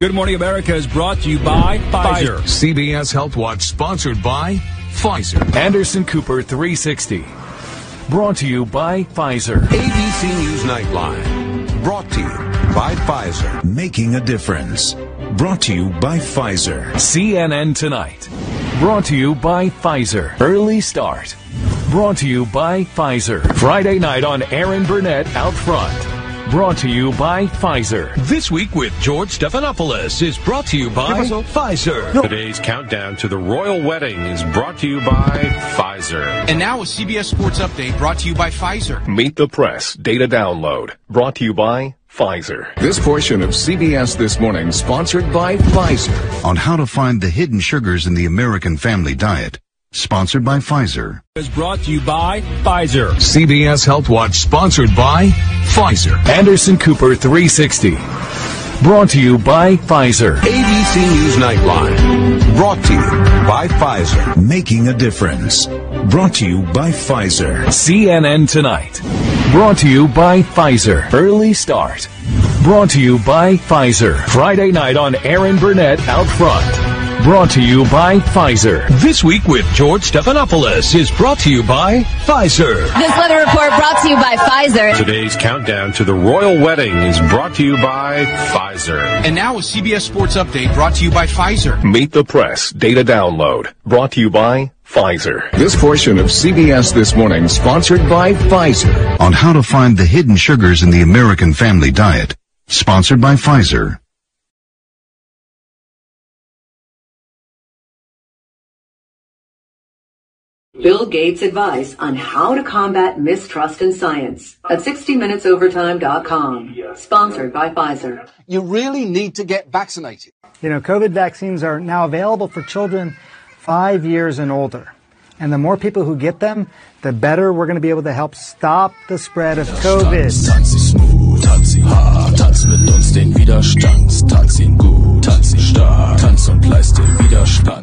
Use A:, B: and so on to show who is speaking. A: Good Morning America is brought to you by Pfizer.
B: CBS Health Watch sponsored by Pfizer. Anderson Cooper 360. Brought to you by Pfizer.
C: ABC News Nightline. Brought to you by Pfizer.
D: Making a difference. Brought to you by Pfizer.
B: CNN Tonight. Brought to you by Pfizer. Early Start. Brought to you by Pfizer. Friday night on Aaron Burnett Out Front. Brought to you by Pfizer.
E: This week with George Stephanopoulos is brought to you by Pfizer.
F: Today's countdown to the royal wedding is brought to you by Pfizer.
G: And now a CBS Sports update brought to you by Pfizer.
H: Meet the Press Data Download, brought to you by Pfizer.
D: This portion of CBS This Morning sponsored by Pfizer.
I: on how to find the hidden sugars in the American family diet, sponsored by Pfizer.
A: Is brought to you by Pfizer.
B: CBS Health Watch sponsored by Pfizer. Anderson Cooper 360. Brought to you by Pfizer.
C: ABC News Nightline. Brought to you by Pfizer.
D: Making a difference. Brought to you by Pfizer.
B: CNN Tonight. Brought to you by Pfizer. Early Start. Brought to you by Pfizer. Friday night on Aaron Burnett Out Front. Brought to you by Pfizer.
E: This week with George Stephanopoulos is brought to you by Pfizer.
J: This weather report brought to you by Pfizer.
F: Today's countdown to the royal wedding is brought to you by Pfizer.
G: And now a CBS Sports update brought to you by Pfizer.
H: Meet the Press Data Download, brought to you by Pfizer.
D: This portion of CBS This Morning sponsored by Pfizer.
I: On how to find the hidden sugars in the American family diet, sponsored by Pfizer.
K: Bill Gates' advice on how to combat mistrust in science at 60minutesovertime.com. Sponsored by Pfizer.
G: You really need to get vaccinated.
L: You know, COVID vaccines are now available for children five years and older. And the more people who get them, the better we're going to be able to help stop the spread of COVID.